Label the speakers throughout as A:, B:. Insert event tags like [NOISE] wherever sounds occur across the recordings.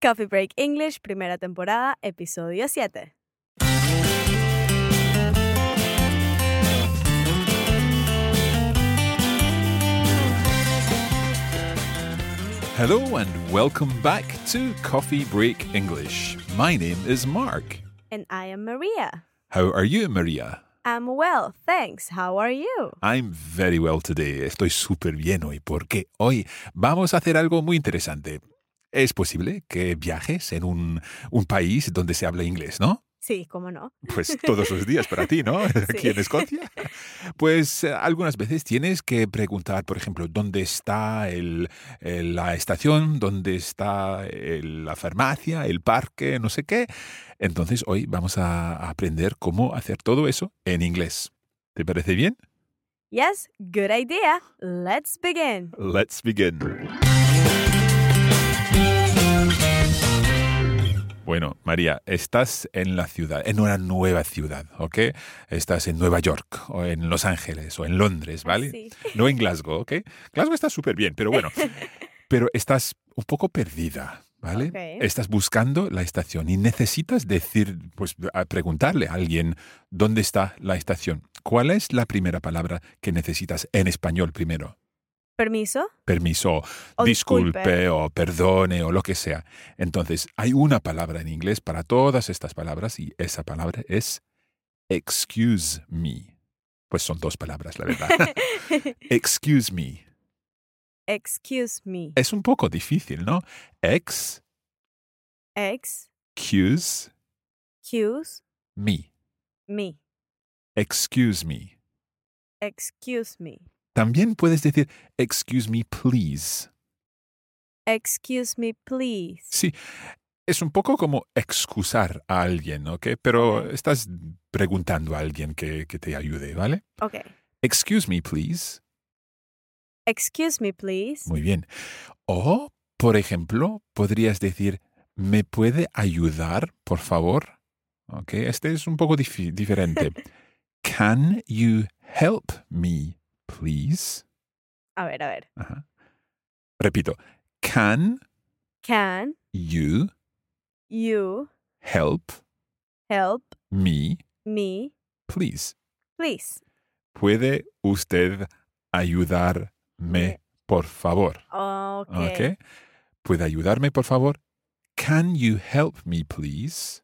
A: Coffee Break English, primera temporada, episodio 7.
B: Hello and welcome back to Coffee Break English. My name is Mark.
A: And I am Maria.
B: How are you, Maria?
A: I'm well, thanks. How are you?
B: I'm very well today. Estoy súper bien hoy porque hoy vamos a hacer algo muy interesante. Es posible que viajes en un, un país donde se habla inglés, ¿no?
A: Sí, cómo no.
B: Pues todos los días para ti, ¿no? [LAUGHS] Aquí en Escocia. Pues eh, algunas veces tienes que preguntar, por ejemplo, dónde está el- el- la estación, dónde está el- la farmacia, el parque, no sé qué. Entonces hoy vamos a aprender cómo hacer todo eso en inglés. ¿Te parece bien?
A: Yes, good idea. Let's begin.
B: Let's begin. Bueno, María, estás en la ciudad, en una nueva ciudad, ¿ok? Estás en Nueva York, o en Los Ángeles, o en Londres, ¿vale?
A: Sí.
B: No en Glasgow, ¿ok? Glasgow está súper bien,
A: [LAUGHS]
B: pero bueno, pero estás un poco perdida, ¿vale?
A: Ok.
B: Estás buscando la estación y necesitas decir, pues a- preguntarle a alguien dónde está la estación. ¿Cuál es la primera palabra que necesitas en español primero?
A: Permiso. [LAUGHS]
B: permiso,
A: O
B: disculpe,
A: disculpe.
B: o perdone o lo que sea. Entonces, hay una palabra en inglés para todas estas palabras y esa palabra es excuse me. Pues son dos palabras,
A: [LAUGHS]
B: la verdad. excuse me.
A: Excuse me.
B: Es un poco difícil, ¿no? Excuse
A: Excuse
B: me.
A: me.
B: Excuse me.
A: Excuse me.
B: También puedes decir excuse me, please.
A: Excuse me, please.
B: Sí, es un poco como excusar a alguien, ¿ok? Pero estás preguntando a alguien que, que te ayude, ¿vale?
A: Ok.
B: Excuse me, please.
A: Excuse me, please.
B: Muy bien. O, por ejemplo, podrías decir, ¿me puede ayudar, por favor? Ok, este es un poco difi- diferente. Can you help me, please?
A: A ver, a ver.
B: Ajá. Repito. Can
A: Can
B: you
A: you
B: help
A: help
B: me,
A: me,
B: please?
A: please?
B: ¿Puede usted ayudarme, por favor?
A: Okay.
B: Okay. ¿Puede ayudarme, por favor? Can you help me, please?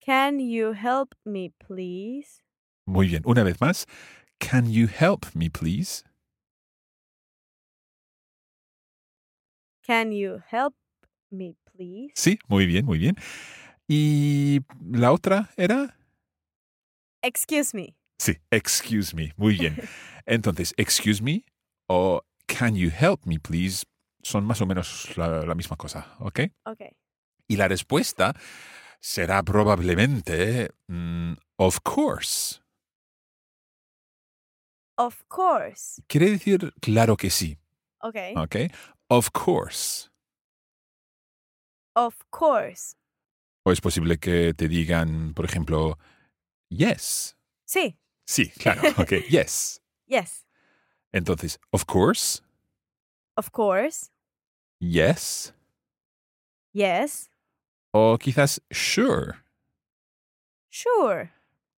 A: Can you help me, please?
B: Muy bien. Una vez más. Can you help me, please?
A: Can you help me, please?
B: Sí, muy bien, muy bien. Y la otra era.
A: Excuse me.
B: Sí, excuse me. Muy bien. Entonces, excuse me o can you help me, please? Son más o menos la, la misma cosa, ¿ok?
A: Okay.
B: Y la respuesta será probablemente. mm, of course.
A: Of course.
B: Quiere decir claro que sí.
A: Okay.
B: Okay. Of course.
A: Of course.
B: O es posible que te digan, por ejemplo, yes.
A: Sí.
B: Sí, claro. Ok, yes.
A: Yes.
B: Entonces, of course,
A: Of course.
B: yes.
A: Yes.
B: O quizás sure,
A: Sure.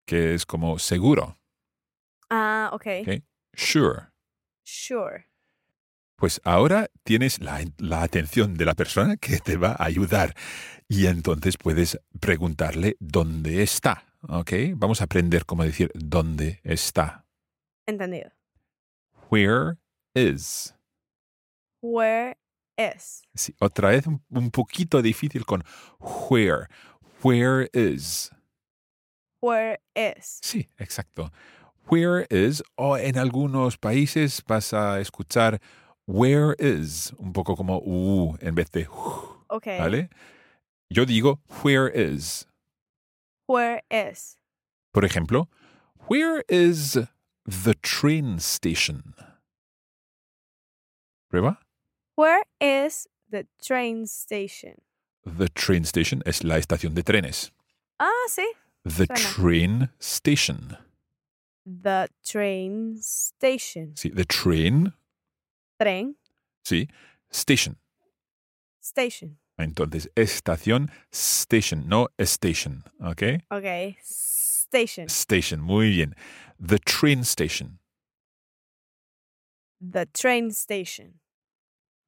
B: que es como seguro.
A: Ah, okay.
B: Ok. Sure.
A: Sure.
B: Pues ahora tienes la, la atención de la persona que te va a ayudar. Y entonces puedes preguntarle dónde está. Ok. Vamos a aprender cómo decir dónde está.
A: Entendido.
B: Where is.
A: Where is?
B: Sí, otra vez un, un poquito difícil con where. Where is.
A: Where is?
B: Sí, exacto. Where is. O en algunos países vas a escuchar Where is, un poco como uh en vez de uh,
A: Ok.
B: ¿vale? Yo digo where is.
A: Where is?
B: Por ejemplo, where is the train station? Prueba.
A: Where is the train station?
B: The train station es la estación de trenes.
A: Ah, sí.
B: The
A: Suena.
B: train station.
A: The train station.
B: Sí, the train,
A: Tren
B: sí, station.
A: station.
B: Entonces, estación, station, no station, ¿ok?
A: Ok. Station.
B: Station, muy bien. The train station.
A: The train station.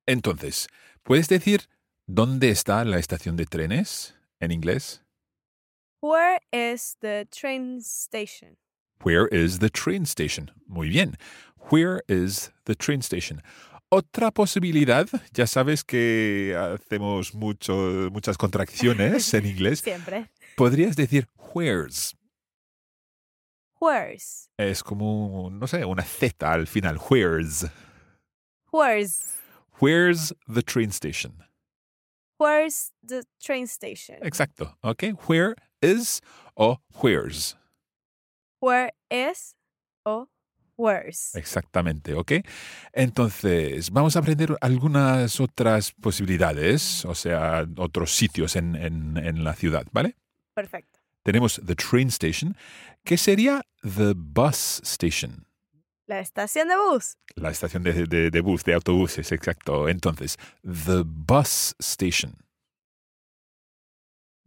B: Entonces, ¿puedes decir dónde está la estación de trenes en inglés?
A: Where is the train station?
B: Where is the train station? Muy bien. Where is the train station? Otra posibilidad, ya sabes que hacemos mucho- muchas contracciones en inglés.
A: Siempre.
B: Podrías decir where's.
A: Where's?
B: Es como, no sé, una Z al final. Where's.
A: Where's?
B: Where's the train station?
A: Where's the train station?
B: Exacto. Ok. Where is o where's.
A: Where is o where's?
B: Exactamente. Ok. Entonces, vamos a aprender algunas otras posibilidades, o sea, otros sitios en, en- en la ciudad, ¿vale?
A: Perfecto.
B: Tenemos the train station, que sería the bus station.
A: La estación de bus.
B: La estación de, de- de bus, de autobuses, exacto. Entonces, the bus station.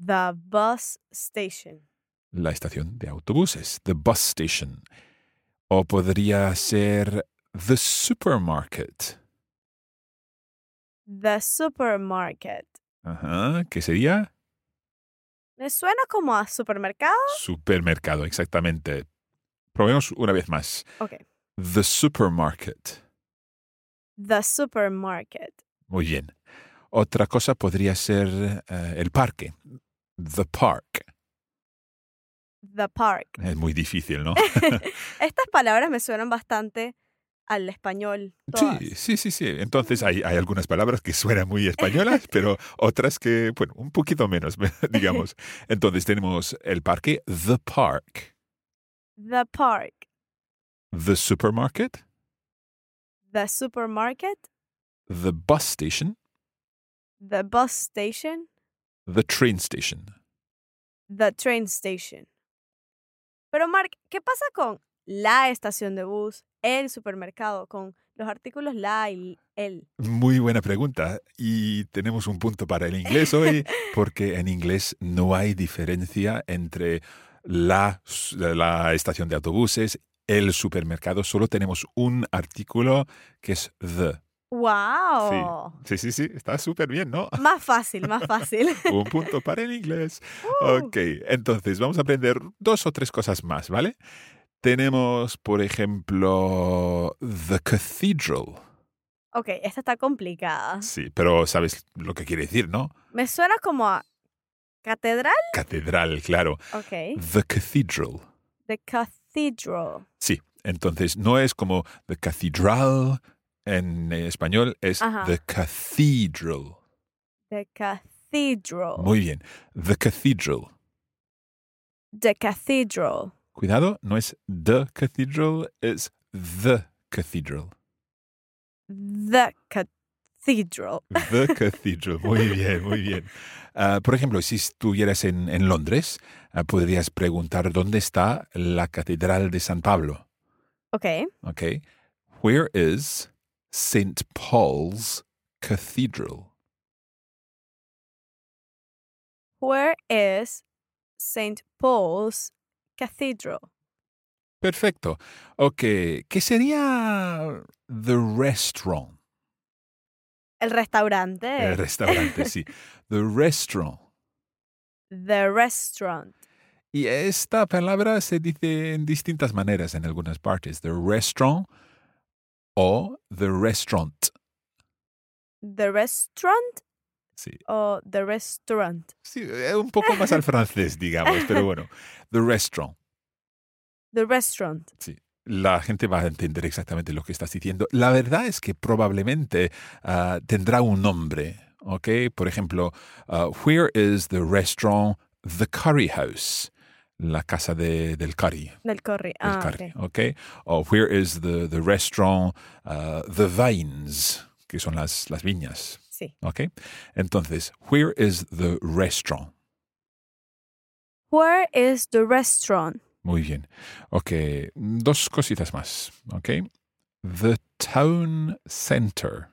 A: The bus station.
B: la estación de autobuses, the bus station. O podría ser the supermarket,
A: The supermarket.
B: Ajá, que sería
A: ¿Me suena como a supermercado?
B: supermercado, exactamente. Probemos una vez más.
A: Ok.
B: The supermarket.
A: The supermarket.
B: Muy bien. Otra cosa podría ser eh, el parque, the park.
A: The
B: [LAUGHS]
A: park.
B: Es muy difícil, ¿no?
A: Estas palabras me suenan bastante al español. todas.
B: Sí, sí, sí, sí. Entonces hay, hay algunas palabras que suenan muy españolas, pero otras que, bueno, un poquito menos, [LAUGHS] digamos. Entonces tenemos el parque, the park,
A: The park.
B: the supermarket,
A: The supermarket.
B: the bus station,
A: The bus station.
B: the train station.
A: The train station. Pero Mark, ¿qué pasa con la estación de bus, el supermercado, con los artículos la y el?
B: Muy buena pregunta. Y tenemos un punto para el inglés hoy, porque en inglés no hay diferencia entre la, s- la estación de autobuses, el supermercado, solo tenemos un artículo que es the.
A: ¡Wow!
B: Sí, sí, sí, está súper
A: [LAUGHS]
B: bien, ¿no?
A: Más fácil, más fácil.
B: Un punto para el inglés.
A: Uh.
B: [LAUGHS] Ok, entonces vamos a aprender dos o tres cosas más, ¿vale? Tenemos, por ejemplo, The Cathedral.
A: Ok, esta está complicada.
B: Sí, pero sabes lo que quiere decir, ¿no?
A: Me suena como a catedral.
B: Catedral, claro.
A: Ok.
B: The Cathedral.
A: The cathedral.
B: Sí, entonces no es como The Cathedral en español, es
A: Ajá.
B: The Cathedral.
A: The cathedral.
B: Muy bien, The Cathedral.
A: The cathedral.
B: Cuidado, no es The Cathedral, es The Cathedral.
A: The cathedral.
B: The Cathedral. Muy bien, muy bien. Ah, por ejemplo, si estuvieras en, en Londres, ah, podrías preguntar dónde está la Catedral de San Pablo.
A: Ok.
B: ¿Ok? Where is St. Paul's Cathedral?
A: Where is St. Paul's Cathedral?
B: Perfecto. Ok. ¿Qué sería the restaurant?
A: El restaurante.
B: El restaurante, sí. The restaurant.
A: [LAUGHS] The restaurant.
B: Y esta palabra se dice en distintas maneras en algunas partes. The restaurant o the restaurant.
A: The restaurant
B: Sí,
A: o the restaurant.
B: sí, eh, un poco más al francés, digamos, pero bueno. The restaurant.
A: The restaurant.
B: la gente va a entender exactamente lo que estás diciendo. La verdad es que probablemente ah, tendrá un nombre, ¿ok? Por ejemplo, ah, where is the restaurant The Curry House? La casa de- del curry.
A: Del curry.
B: del
A: Ah,
B: curry,
A: ok.
B: ¿ok? O where is the, the restaurant ah, The Vines? Que son las, las viñas,
A: Sí.
B: ¿ok? Entonces, where is the restaurant?
A: Where is the restaurant?
B: Muy bien. Ok, dos cositas más. Ok. The town center.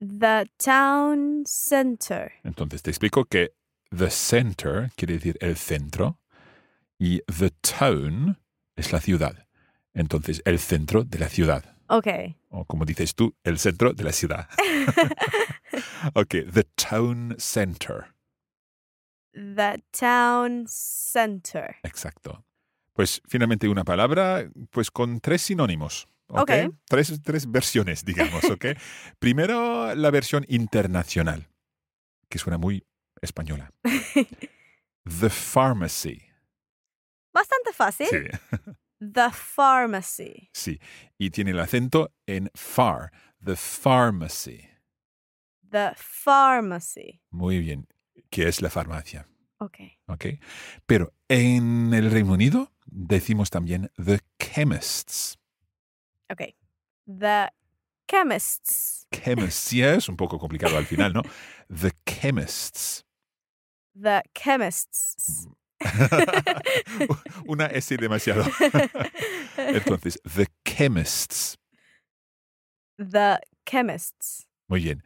A: The town center.
B: Entonces te explico que the center quiere decir el centro y the town es la ciudad. Entonces el centro de la ciudad.
A: Ok.
B: O como dices tú, el centro de la ciudad. [LAUGHS] ok, the town center.
A: The town center.
B: Exacto. Pues finalmente una palabra, pues con tres sinónimos. ¿ok?
A: Ok.
B: Tres, tres versiones, [LAUGHS] digamos, ¿ok? Primero, la versión internacional, que suena muy española. The pharmacy.
A: Bastante fácil.
B: Sí,
A: The pharmacy.
B: sí. Y tiene el acento en far. The pharmacy.
A: The pharmacy.
B: Muy bien. Que es la farmacia,
A: Ok.
B: ¿ok? Pero en el Reino Unido decimos también the chemists.
A: Ok. The chemists.
B: chemists. Sí, es un poco complicado al final, ¿no? The chemists.
A: The chemists.
B: Una S demasiado. [LAUGHS] Entonces, the chemists.
A: [LAUGHS] the chemists.
B: Muy bien.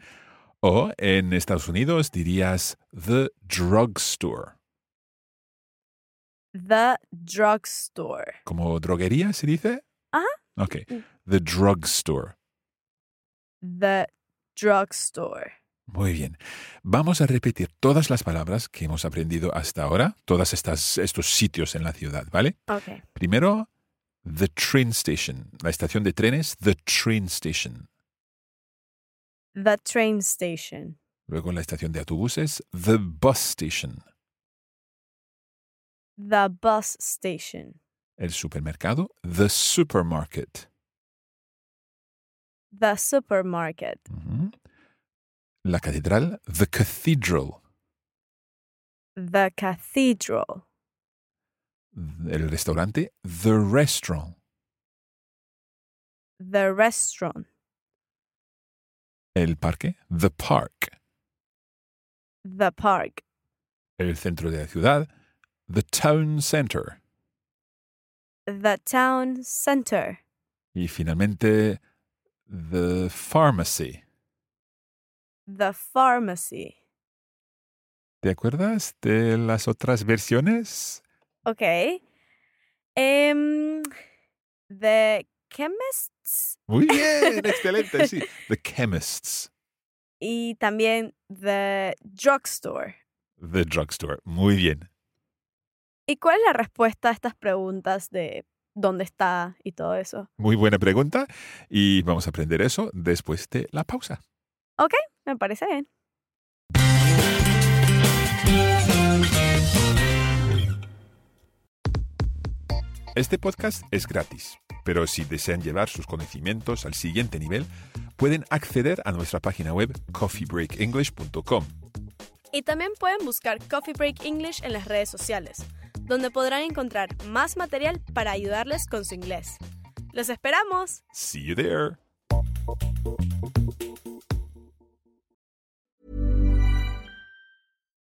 B: O en Estados Unidos dirías the drugstore.
A: The drugstore. Uh-huh.
B: ¿Como droguería se dice?
A: Ajá.
B: Ok. The drugstore.
A: The drugstore.
B: Muy bien. Vamos a repetir todas las palabras que hemos aprendido hasta ahora, todos estos sitios en la ciudad, ¿vale?
A: Ok.
B: Primero, the train station, la estación de trenes, the train station.
A: The train station.
B: Luego la estación de autobuses, the bus station.
A: The bus station.
B: El supermercado, the supermarket.
A: The supermarket.
B: Ujú. La catedral, the cathedral.
A: The cathedral.
B: El restaurante, the restaurant.
A: The restaurant.
B: El parque, the park.
A: The park.
B: El centro de la ciudad, the town center.
A: The town center.
B: Y finalmente, the pharmacy.
A: The pharmacy.
B: ¿Te acuerdas de las otras versiones?
A: Ok. Em, Um, the chemists
B: Muy bien, excelente, sí. The chemists,
A: y también the drugstore.
B: the drugstore. Muy bien.
A: ¿Y cuál es la respuesta a estas preguntas de dónde está y todo eso?
B: Muy buena pregunta y vamos a aprender eso después de la pausa.
A: Me parece bien.
B: Este podcast es gratis, pero si desean llevar sus conocimientos al siguiente nivel, pueden acceder a nuestra página web coffeebreakenglish.com.
A: Y también pueden buscar Coffee Break English en las redes sociales, donde podrán encontrar más material para ayudarles con su inglés. ¡Los esperamos!
B: See you there.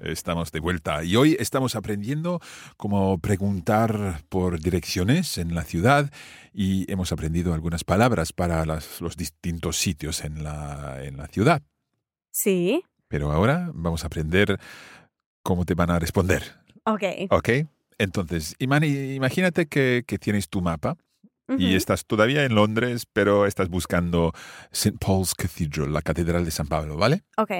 B: Estamos de vuelta y hoy estamos aprendiendo cómo preguntar por direcciones en la ciudad y hemos aprendido algunas palabras para las- los distintos sitios en la, en la ciudad.
A: Sí.
B: Pero ahora vamos a aprender cómo te van a responder,
A: Ok.
B: ¿ok? Entonces, imani- imagínate que, que tienes tu mapa y
A: Ujú.
B: estás todavía en Londres, pero estás buscando St. Paul's Cathedral, la Catedral de San Pablo, ¿vale?
A: Ok.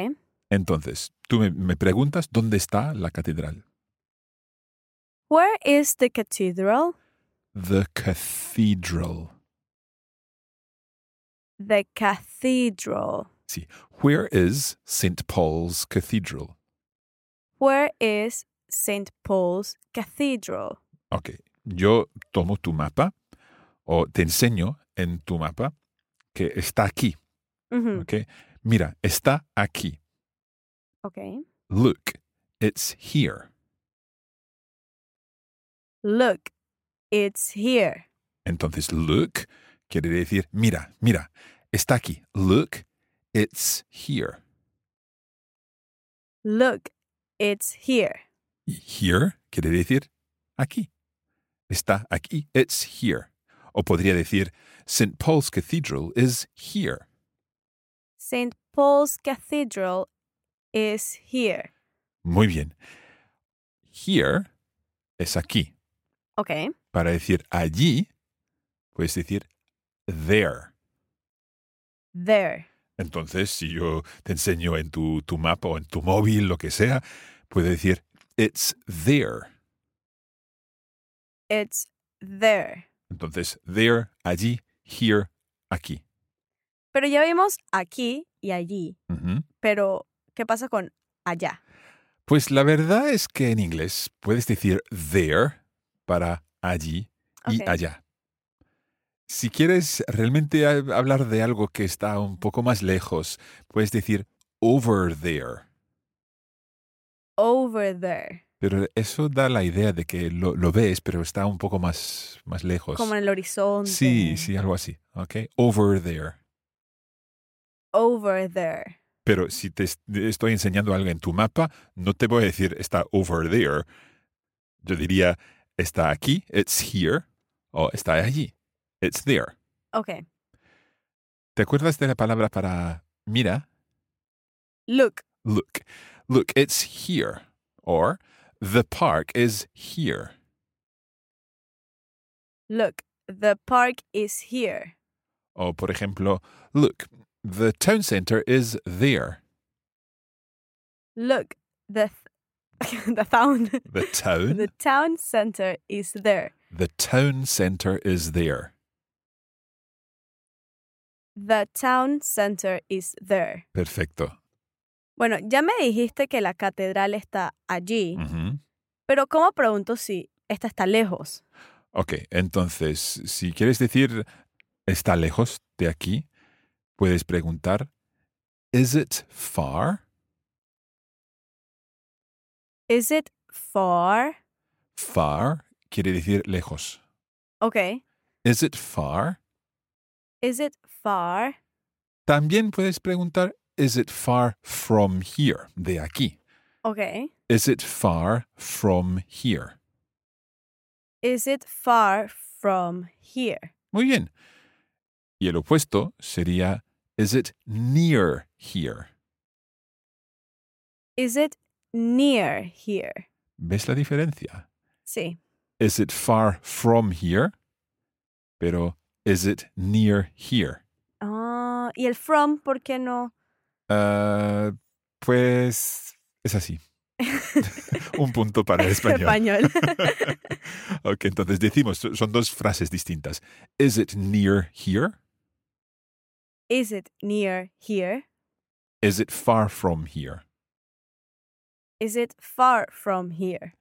B: Entonces, tú me, me preguntas dónde está la catedral.
A: Where is the cathedral?
B: The Cathedral.
A: The cathedral.
B: Sí. Where is St. Paul's Cathedral?
A: Where is St. Paul's Cathedral?
B: Ok. Yo tomo tu mapa o te enseño en tu mapa que está aquí.
A: Ujú.
B: Ok. Mira, está aquí.
A: Ok.
B: Look, it's here.
A: Look, it's here.
B: Entonces, look quiere decir mira, mira, está aquí. Look, it's here.
A: Look, it's here.
B: Y here quiere decir aquí. Está aquí. It's here. O podría decir, St. Paul's Cathedral is here.
A: St. Paul's Cathedral is here.
B: Muy bien. Here es aquí.
A: Ok.
B: Para decir allí, puedes decir there.
A: There.
B: Entonces, si yo te enseño en tu, tu mapa o en tu móvil, lo que sea, puedes decir it's there.
A: It's there.
B: Entonces, there, allí, here, aquí.
A: Pero ya vimos aquí y allí.
B: Ujú.
A: Pero, ¿qué pasa con allá?
B: Pues la verdad es que en inglés puedes decir there para allí y
A: Ok.
B: allá. Si quieres realmente ha- hablar de algo que está un poco más lejos, puedes decir over there.
A: Over there.
B: Pero eso da la idea de que lo, lo ves, pero está un poco más, más lejos.
A: Como en el horizonte.
B: Sí, sí, algo así. Ok, over there.
A: Over there.
B: Pero si te est- estoy enseñando algo en tu mapa, no te voy a decir está over there. Yo diría está aquí, it's here, o está allí, it's there.
A: Ok.
B: ¿Te acuerdas de la palabra para mira?
A: Look,
B: Look. Look, it's here. Or the park is here.
A: look. The park is here.
B: O por ejemplo, look, the town center is there.
A: Look, the th- [LAUGHS] the town
B: The town,
A: the town center is there.
B: the town center is there.
A: The town center is there.
B: Perfecto.
A: Bueno, ya me dijiste que la catedral está allí,
B: Ujú.
A: pero ¿cómo pregunto si esta está lejos?
B: Ok, entonces, si quieres decir está lejos de aquí, puedes preguntar ¿Is it far?
A: Is it far?
B: Far quiere decir lejos.
A: Okay.
B: ¿Is it far?
A: Is it far?
B: También puedes preguntar ¿Is it far from here? De aquí.
A: Okay.
B: ¿Is it far from here?
A: Is it far from here?
B: Muy bien. Y el opuesto sería ¿Is it near here?
A: Is it near here?
B: ¿Ves la diferencia?
A: Sí.
B: Is it far from here? Pero is it near here?
A: Ah, y el from, ¿por qué no? [LAUGHS]
B: Ah, pues es [LAUGHS] así. Un punto [LAUGHS] para el español.
A: Español.
B: [LAUGHS]
A: [LAUGHS]
B: ok, entonces decimos, so- son dos frases distintas. Is it near here?
A: Is it near here?
B: Is it far from here?
A: Is it far from here?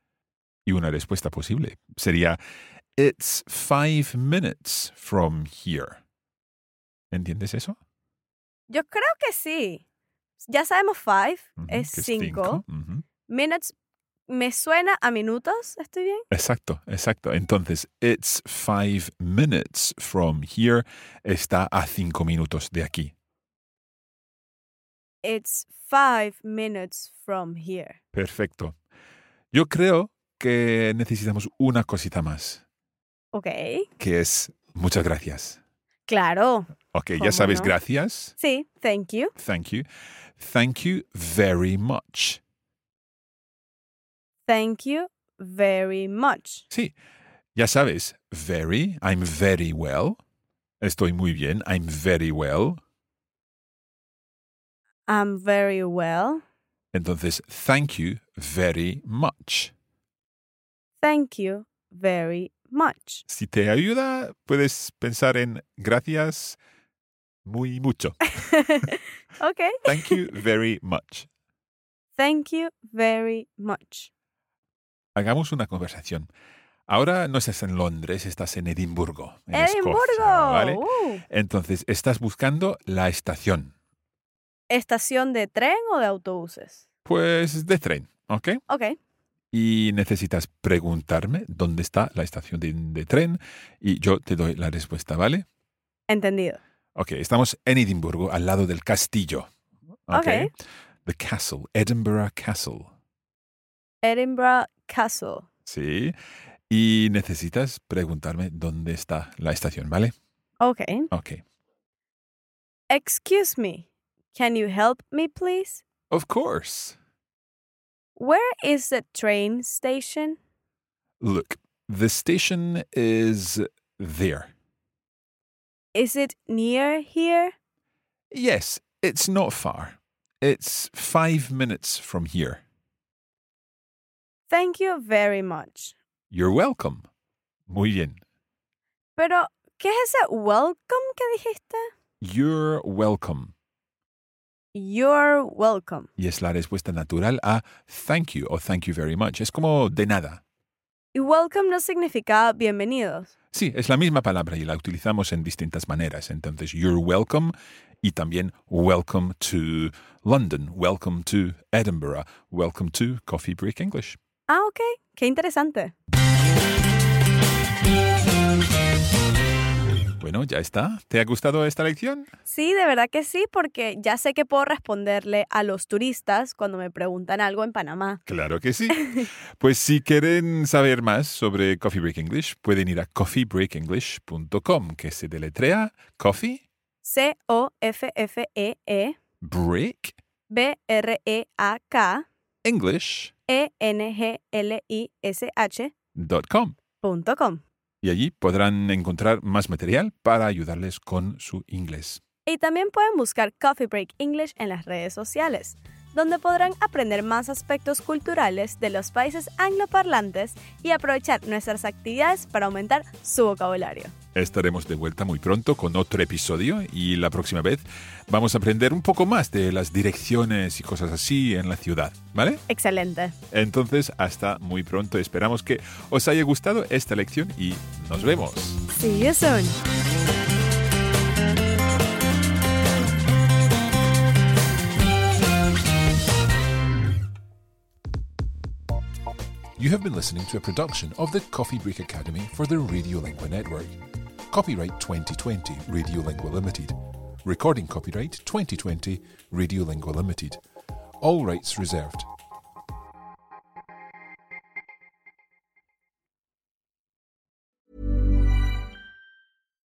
B: Y una respuesta posible sería It's five minutes from here. ¿Entiendes eso?
A: Yo creo que sí. Ya sabemos five
B: Ujú,
A: es
B: que
A: cinco.
B: Ujú.
A: Minutes me suena a minutos, ¿estoy bien?
B: Exacto, exacto. Entonces, it's five minutes from here está a cinco minutos de aquí.
A: It's five minutes from here.
B: Perfecto. Yo creo que necesitamos una cosita más,
A: Ok,
B: que es muchas gracias.
A: claro.
B: Ok,
A: ¿Cómo
B: ya sabes,
A: no?
B: gracias.
A: Sí, thank you.
B: Thank you. Thank you very much.
A: Thank you very much.
B: Sí, ya sabes, very, I'm very well. Estoy muy bien, I'm very well.
A: I'm very well.
B: Entonces, thank you very much.
A: Thank you very much. [LAUGHS]
B: Si te ayuda, puedes pensar en gracias muy mucho.
A: ok,
B: Thank you very much.
A: thank you very much.
B: Hagamos una conversación. Ahora no estás en Londres, estás en Edimburgo. en Escocia,
A: Edimburgo.
B: ¿vale?
A: uh.
B: Entonces, estás buscando la estación.
A: ¿Estación de tren o de autobuses?
B: Pues de tren, ¿ok?
A: Ok,
B: Y necesitas preguntarme dónde está la estación de, de tren y yo te doy la respuesta, ¿vale?
A: entendido.
B: Ok, estamos en Edimburgo, al lado del castillo.
A: Ok.
B: The castle, Edinburgh Castle.
A: Edinburgh Castle.
B: Sí. Y necesitas preguntarme dónde está la estación, ¿vale?
A: Ok.
B: Ok.
A: Excuse me. Can you help me, please?
B: Of course.
A: Where is the train station?
B: Look, the station is there.
A: Is it near here?
B: Yes, it's not far. It's five minutes from here.
A: Thank you very much.
B: You're welcome. Muy bien.
A: Pero, ¿qué es ese welcome que dijiste?
B: You're welcome.
A: You're welcome.
B: Y es la respuesta natural a thank you o thank you very much. Es como de nada.
A: Y welcome no significa bienvenidos.
B: Sí, es la misma palabra y la utilizamos en distintas maneras. Entonces, you're welcome y también welcome to London, welcome to Edinburgh, welcome to Coffee Break English.
A: Ah, ok. Qué interesante.
B: Bueno, ya está. ¿Te ha gustado esta lección?
A: Sí, de verdad que sí, porque ya sé que puedo responderle a los turistas cuando me preguntan algo en Panamá.
B: Claro que sí. Pues si quieren saber más sobre Coffee Break English, pueden ir a coffeebreakenglish.com, que se deletrea Coffee
A: C-O-F-F-E-E-B-R-E-A-K.
B: Break English.com.
A: E english.com.
B: Y allí podrán encontrar más material para ayudarles con su inglés.
A: Y también pueden buscar Coffee Break English en las redes sociales, donde podrán aprender más aspectos culturales de los países angloparlantes y aprovechar nuestras actividades para aumentar su vocabulario.
B: Estaremos de vuelta muy pronto con otro episodio y la próxima vez vamos a aprender un poco más de las direcciones y cosas así en la ciudad, ¿vale?
A: Excelente.
B: Entonces, hasta muy pronto. Esperamos que os haya gustado esta lección y nos vemos.
A: See you soon.
B: You have been listening to a production of the Coffee Break Academy for the Radiolingua Network. Copyright 2020 Radiolingua Limited. Recording copyright 2020 Radiolingua Limited. All rights reserved.